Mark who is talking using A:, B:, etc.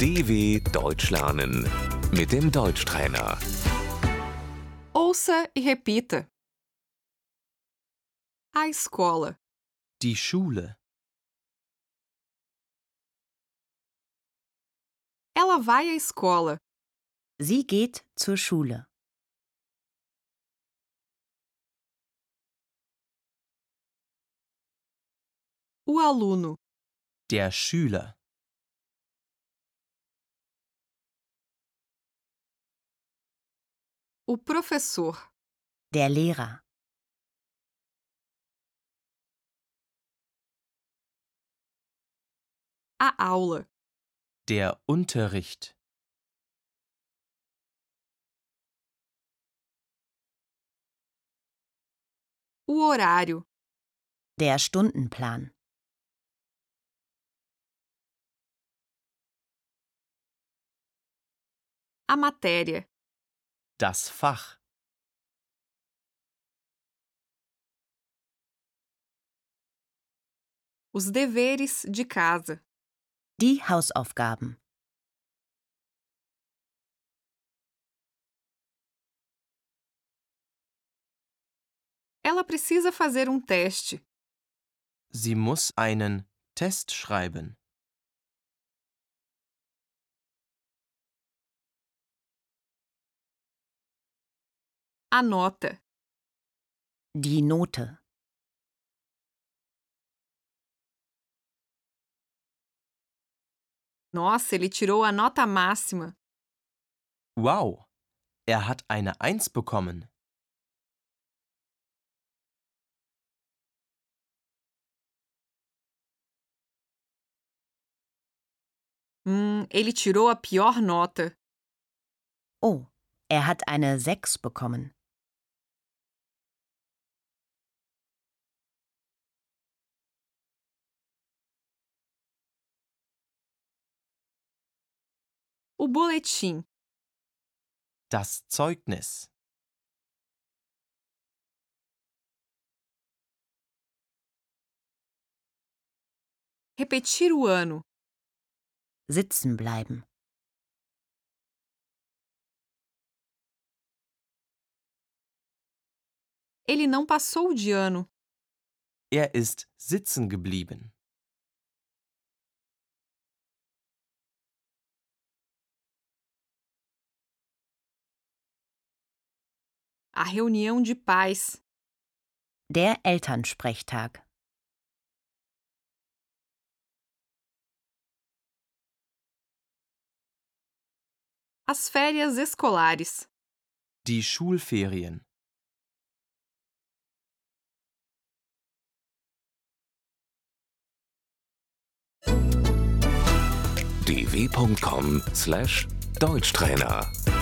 A: DW Deutsch lernen mit dem Deutschtrainer.
B: Ouça e repita. A escola,
C: Die Schule.
B: ela vai à escola.
D: Sie geht zur Schule.
B: O aluno,
C: Der Schüler.
B: o professor,
D: Der Lehrer.
B: a aula,
C: Der Unterricht.
B: o horário,
D: Der Stundenplan.
B: a matéria,
C: Das Fach.
B: os deveres de casa,
D: Die Hausaufgaben.
B: ela precisa fazer um teste.
C: Sie muss einen Test schreiben.
B: A nota,
D: Die Note.
B: nossa, ele tirou a nota máxima.
C: Wow! Er hat eine Eins bekommen.
B: Hum, ele tirou a pior nota.
D: Oh, er hat eine 6 bekommen.
B: O boletim,
C: Das Zeugnis.
B: repetir o ano,
D: Sitzen bleiben.
B: ele não passou de ano.
C: Er ist sitzen geblieben.
B: A reunião de pais.
D: Der Elternsprechtag.
B: As férias escolares.
C: Die Schulferien.
A: dw.com/deutschtrainer